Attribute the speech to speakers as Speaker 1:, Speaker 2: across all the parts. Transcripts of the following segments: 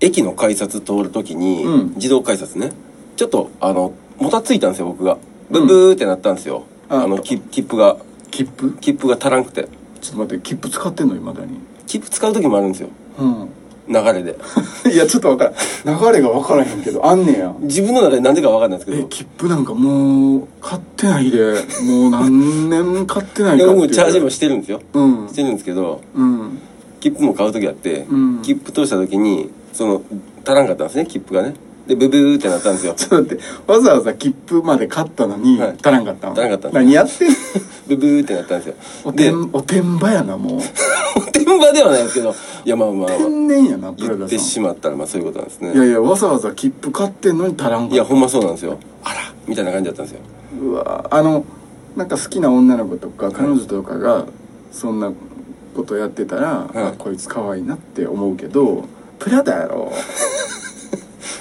Speaker 1: 駅の改札通るときに、
Speaker 2: うん
Speaker 1: 自動改札ねちょっとあのもたついたんですよ僕がブ
Speaker 2: うん
Speaker 1: ブーってなったんですよ、
Speaker 2: あ
Speaker 1: あのき切符が
Speaker 2: 切符
Speaker 1: 切符が足らんくて
Speaker 2: ちょっと待って切符使ってんのいまだに
Speaker 1: 切符使う時もあるんですよ
Speaker 2: うん
Speaker 1: 流れ で
Speaker 2: いやちょっと分からん流れが分からへんけどあんねや
Speaker 1: 自分の中で何でか分かんないですけ
Speaker 2: え
Speaker 1: ど
Speaker 2: 切符なんかもう買ってないでもう何年買ってない
Speaker 1: い
Speaker 2: か
Speaker 1: や
Speaker 2: っていう
Speaker 1: 僕チャージもしてるんですよ
Speaker 2: うん
Speaker 1: してるんですけど
Speaker 2: うん
Speaker 1: 切符も買う時あって、
Speaker 2: うん
Speaker 1: 切符通した時にその足らんかったんですね切符がねでブブーってなったん ですよ
Speaker 2: ちょっと待ってわざわざ切符まで買ったのに
Speaker 1: はい
Speaker 2: 足らんかったの
Speaker 1: 足らんかった
Speaker 2: 何やってんの
Speaker 1: ブブーってなったんですよ
Speaker 2: おて
Speaker 1: で
Speaker 2: んおてんばやな もう
Speaker 1: おてんばではないですけどいやまあまあ、まあ、
Speaker 2: 天然やなプラ
Speaker 1: 言
Speaker 2: ダ
Speaker 1: って
Speaker 2: さん
Speaker 1: しまったらまあそういうことなんですね
Speaker 2: いやいやわざわざ切符買ってんのに足らんかった
Speaker 1: いやほんまそうなんですよあらみたいな感じだったんですよ
Speaker 2: うわあのなんか好きな女の子とか彼女とかがそんなことやってたら、
Speaker 1: い
Speaker 2: あこいつ可愛いなって思うけどプラダやろ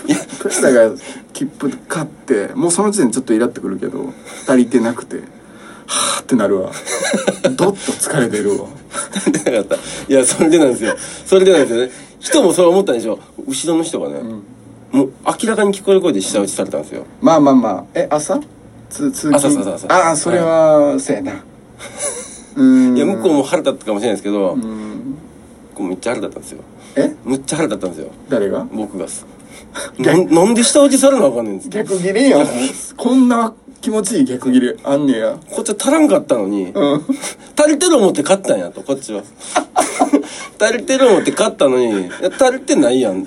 Speaker 1: いや
Speaker 2: プラダが切符買ってもうその時点でちょっとイラってくるけど足りてなくてはあってな るわどっと疲れてるわ
Speaker 1: 足りてなかったいやそれでなんですよそれでなんですよね人もそう思ったんでしょ後ろの人がね、もう明らかに聞こえる声で舌打ちされたんですよ
Speaker 2: まあまあまあえ朝つ通勤
Speaker 1: 朝朝朝朝
Speaker 2: ああそれは、せやなうーん
Speaker 1: いや向こうも腹立ったかもしれないですけど、
Speaker 2: うーん
Speaker 1: こうめっちゃ腹立ったんですよ
Speaker 2: え
Speaker 1: むっちゃ腹立ったんですよ
Speaker 2: 誰が
Speaker 1: 僕がっすななんで舌打ちされなあかんねんっつって
Speaker 2: 逆切りやんこんな気持ちいい逆切りあんねや
Speaker 1: こっちは足らんかったのに、
Speaker 2: うん
Speaker 1: 足りてる思って勝ったんやとこっちは 足りてる思って勝ったのにいや足りてないやんい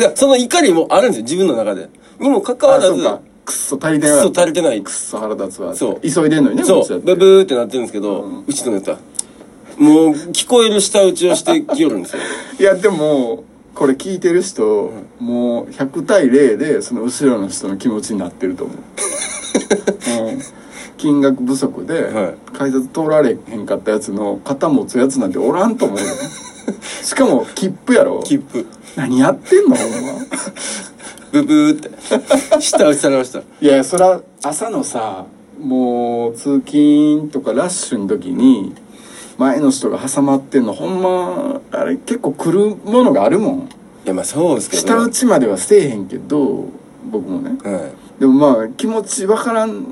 Speaker 1: やその怒りもあるんですよ自分の中でにもかかわ
Speaker 2: あ
Speaker 1: ら
Speaker 2: そう
Speaker 1: ず
Speaker 2: かくっそ足りて
Speaker 1: ク
Speaker 2: ない
Speaker 1: ソ足りてない
Speaker 2: くっそ腹立つわ
Speaker 1: そう
Speaker 2: 急いでんのにねこっち
Speaker 1: そ
Speaker 2: だっ
Speaker 1: う
Speaker 2: て
Speaker 1: ブブーってなってるんですけど、うちのネタもう聞こえる舌打ちをしてきよるん ですよ
Speaker 2: いやでもこれ聞いてる人、もう100対0でその後ろの人の気持ちになってると 思う、うん金額不足で、
Speaker 1: はい
Speaker 2: 改札通られへんかったやつの肩持つやつなんておらんと 思うよしかも切符やろ
Speaker 1: 切符
Speaker 2: 何やってんのほんま
Speaker 1: ブブーって 舌打ちされました
Speaker 2: いやそら朝のさもう通勤とかラッシュの時に前の人が挟まってんのほんまあれ結構来るものがあるもん
Speaker 1: いやまあそうですけど
Speaker 2: 舌打ちまではせえへんけど僕もね
Speaker 1: はい
Speaker 2: でもまあ気持ちわからん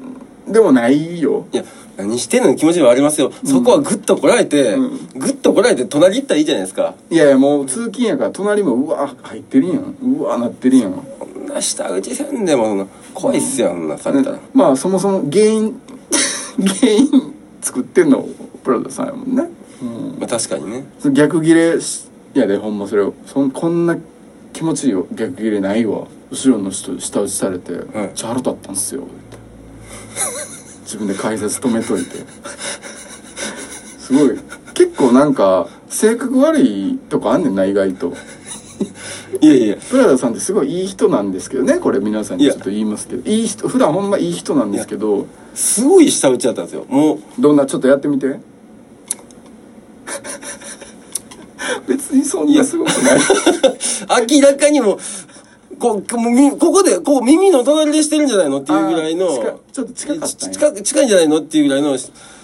Speaker 2: でもないよ
Speaker 1: いや何してんの気持ちはありますよ、そこはグッとこらえて、
Speaker 2: うん
Speaker 1: グッとこらえて隣行ったらいいじゃないですか
Speaker 2: いやいやもう通勤やから隣もうわ入ってるやんうわなってるやん
Speaker 1: こんな舌打ちせんでもそんな怖いっすよ、そんなされたら、
Speaker 2: まあそもそも原因原因作ってんのプラダさんやもんねうん
Speaker 1: まあ確かにね
Speaker 2: その逆切れしやでほんまそれをそんこんな気持ちいいよ逆切れないわ後ろの人下打ちされて「めっちゃ腹立ったんすよ」って自分で解説止めといてすごい結構なんか性格悪いとこあんねんな意外と
Speaker 1: いやいや
Speaker 2: プラダさんってすごいいい人なんですけどねこれ皆さんにちょっと言いますけどいい人普段ほんまいい人なんですけど
Speaker 1: すごい舌打ちだったんですよもう
Speaker 2: どんなちょっとやってみて別にそんなすごくない
Speaker 1: 明らかにもこうもうみここでこう耳の隣でしてるんじゃないのっていうぐらいの
Speaker 2: あー近ちょっと近かったんや
Speaker 1: 近近いんじゃないのっていうぐらいの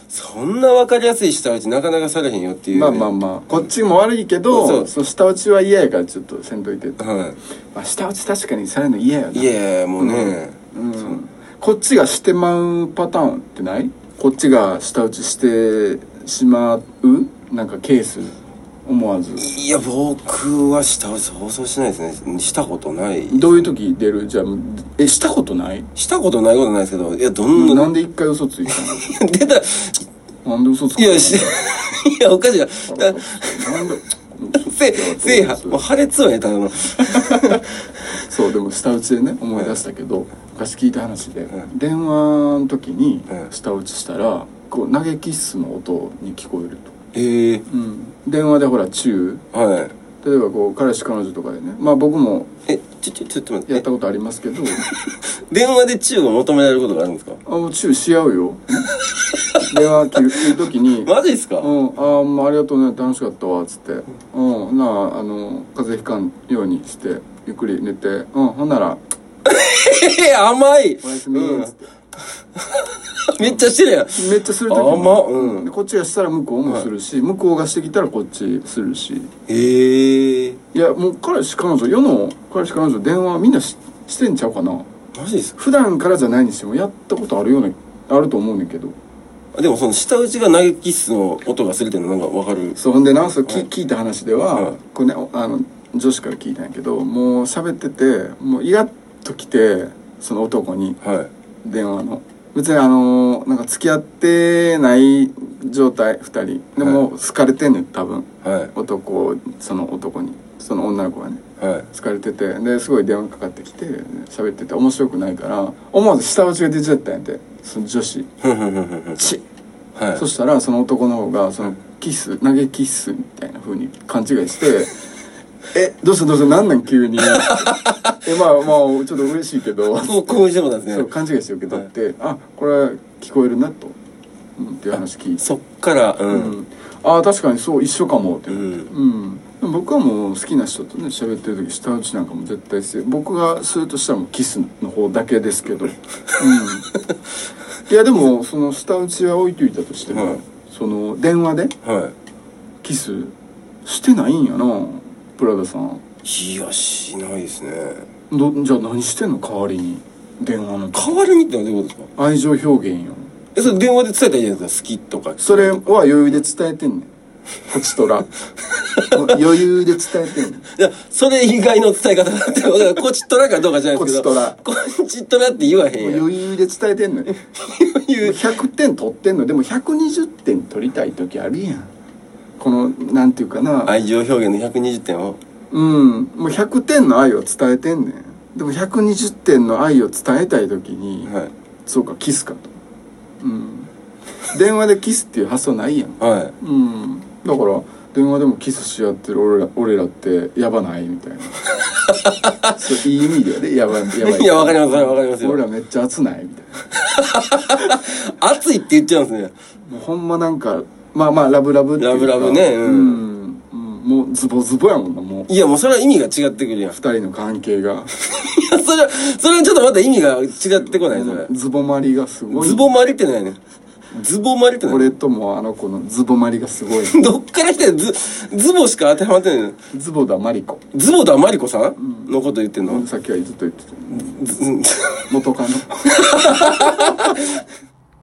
Speaker 1: そんな分かりやすい舌打ちなかなかされへんよっていう、
Speaker 2: まあまあまあこっちも悪いけど
Speaker 1: そ
Speaker 2: そうの下打ちは嫌やからちょっとせんといて、
Speaker 1: は
Speaker 2: まあ、下打ち確かにされるの嫌やない
Speaker 1: いやいやもうね、
Speaker 2: うん、こっちがしてまうパターンってないこっちが下打ちしてしまうなんかケース思わず
Speaker 1: いや僕は舌打ち放送しないですねしたことない
Speaker 2: どういう時出るじゃあえしたことない
Speaker 1: したことないことないですけどいやどん
Speaker 2: な
Speaker 1: なん
Speaker 2: で一回嘘ついた
Speaker 1: 出たい
Speaker 2: のなんで嘘つくの
Speaker 1: やし いやおかしいなだ
Speaker 2: なんで
Speaker 1: せせいはもう破裂はねただの
Speaker 2: そうでも舌打ちでね思い出したけど、昔聞いた話で、電話の時に
Speaker 1: うん
Speaker 2: 舌打ちしたらこう投げキッスの音に聞こえると、
Speaker 1: ええ
Speaker 2: 電話でほら中
Speaker 1: はい
Speaker 2: 例えばこう彼氏彼女とかでねまあ僕も
Speaker 1: えちょちょちょっと待って
Speaker 2: やったことありますけど
Speaker 1: 電話で中を求められることがあるんですか
Speaker 2: あもう中し合うよ電話切る時に
Speaker 1: マジですか、
Speaker 2: うん、ああ、もうありがとうね、楽しかったわ、つって。うん、なあ、あの、風邪ひかんようにして、ゆっくり寝て、うん、ほんなら、
Speaker 1: ええ甘い
Speaker 2: おやすみ、
Speaker 1: うん
Speaker 2: つって。
Speaker 1: めっちゃしてるやん。
Speaker 2: めっちゃする時
Speaker 1: 甘っうん
Speaker 2: でこっちがしたら向こうもするし、向こうがしてきたらこっちするし
Speaker 1: ええー。
Speaker 2: いやもう彼氏彼女世の彼氏彼女電話みんなししてんちゃうかな
Speaker 1: マジですか
Speaker 2: 普段からじゃないにしてもやったことあるようなあると思うねんけど
Speaker 1: あでもその舌打ちが投げキッスの音がするっていうのなんかわかる。
Speaker 2: そうほんでなそれ聞聞いた話では、
Speaker 1: はい
Speaker 2: これねあの女子から聞いたんやけどもう喋っててもうイラッときてその男に
Speaker 1: は
Speaker 2: 電話の別にあのなんか付き合ってない状態2人でもう好かれてんねん多分
Speaker 1: い。は
Speaker 2: 男その男にその女の子がね
Speaker 1: い。はい。
Speaker 2: 好かれててですごい電話かかってきて喋ってて面白くないから思わず舌打ちが出ちゃったんやてその女子
Speaker 1: ふんふんふんふんふん。
Speaker 2: チッ
Speaker 1: はい。
Speaker 2: そしたらその男の方がそのキス投げキスみたいな風に勘違いして「えどうしたどうしたなんなん急に」えまあまあちょっと嬉しいけど
Speaker 1: こう、こういう人もなんです
Speaker 2: そう
Speaker 1: ね。
Speaker 2: 勘違いして受け取って、あこれは聞こえるなと、うん、っていう話聞いて、
Speaker 1: そっから、う。
Speaker 2: うんん、ああ確かにそう一緒かもって、
Speaker 1: う
Speaker 2: うん
Speaker 1: ん。
Speaker 2: でも僕はもう好きな人とね喋ってる時舌打ちなんかも絶対して僕がするとしたらもうキスの方だけですけど、うん、いやでもその舌打ちは置いといたとしても、
Speaker 1: はい
Speaker 2: その電話で
Speaker 1: は
Speaker 2: キスしてないんやなプラダさん
Speaker 1: い。いや、しないですね。
Speaker 2: どじゃあ何してんの代わりに電話の
Speaker 1: 代わりにってのはどういうことですか
Speaker 2: 愛情表現よ
Speaker 1: え、それ電話で伝えたらいいじゃないですか。好きとか。
Speaker 2: それは余裕で伝えてんねんこちとら余裕で伝えてんね
Speaker 1: い
Speaker 2: ん
Speaker 1: や、それ以外の伝え方だって、 だからこっちとらかどうかじゃないですけど。
Speaker 2: こっち
Speaker 1: こっちとらって言わへんやん。
Speaker 2: 余裕で伝えてんのよ100点取ってんのでも120点取りたい時あるやんこのなんていうかな
Speaker 1: 愛情表現の120点を。
Speaker 2: うんもう100点の愛を伝えてんねんでも120点の愛を伝えたい時に、
Speaker 1: はい。
Speaker 2: そうかキスかとうん電話でキスっていう発想ないやん
Speaker 1: はい。
Speaker 2: うんだから電話でもキスし合ってる俺ら俺らってやばないみたい なそういい意味だよねやばいやばい
Speaker 1: いやわかりますわかりますよ
Speaker 2: 俺らめっちゃ熱ないみたい
Speaker 1: 熱いって言っちゃうんですね。
Speaker 2: なもうほんまなんかまあまあラブラブっていうか
Speaker 1: ラブラブねう
Speaker 2: うんん、うんもうズボズボやもんなもう
Speaker 1: いや、もうそれは意味が違ってくるやん。い
Speaker 2: 二人の関係が
Speaker 1: や、それは、それはちょっとまた意味が違ってこない、それ。
Speaker 2: ズボまりがすごい
Speaker 1: ズボマリってないね。ズボマリってない。
Speaker 2: 俺ともあの子のズボまりがすごい
Speaker 1: どっから来てんズ、ズボしか当てはまってないの。
Speaker 2: ズボだマリコ
Speaker 1: ズボダマリコさんのこと言ってんの
Speaker 2: さっきはずっと言ってた
Speaker 1: ズ
Speaker 2: 元カノ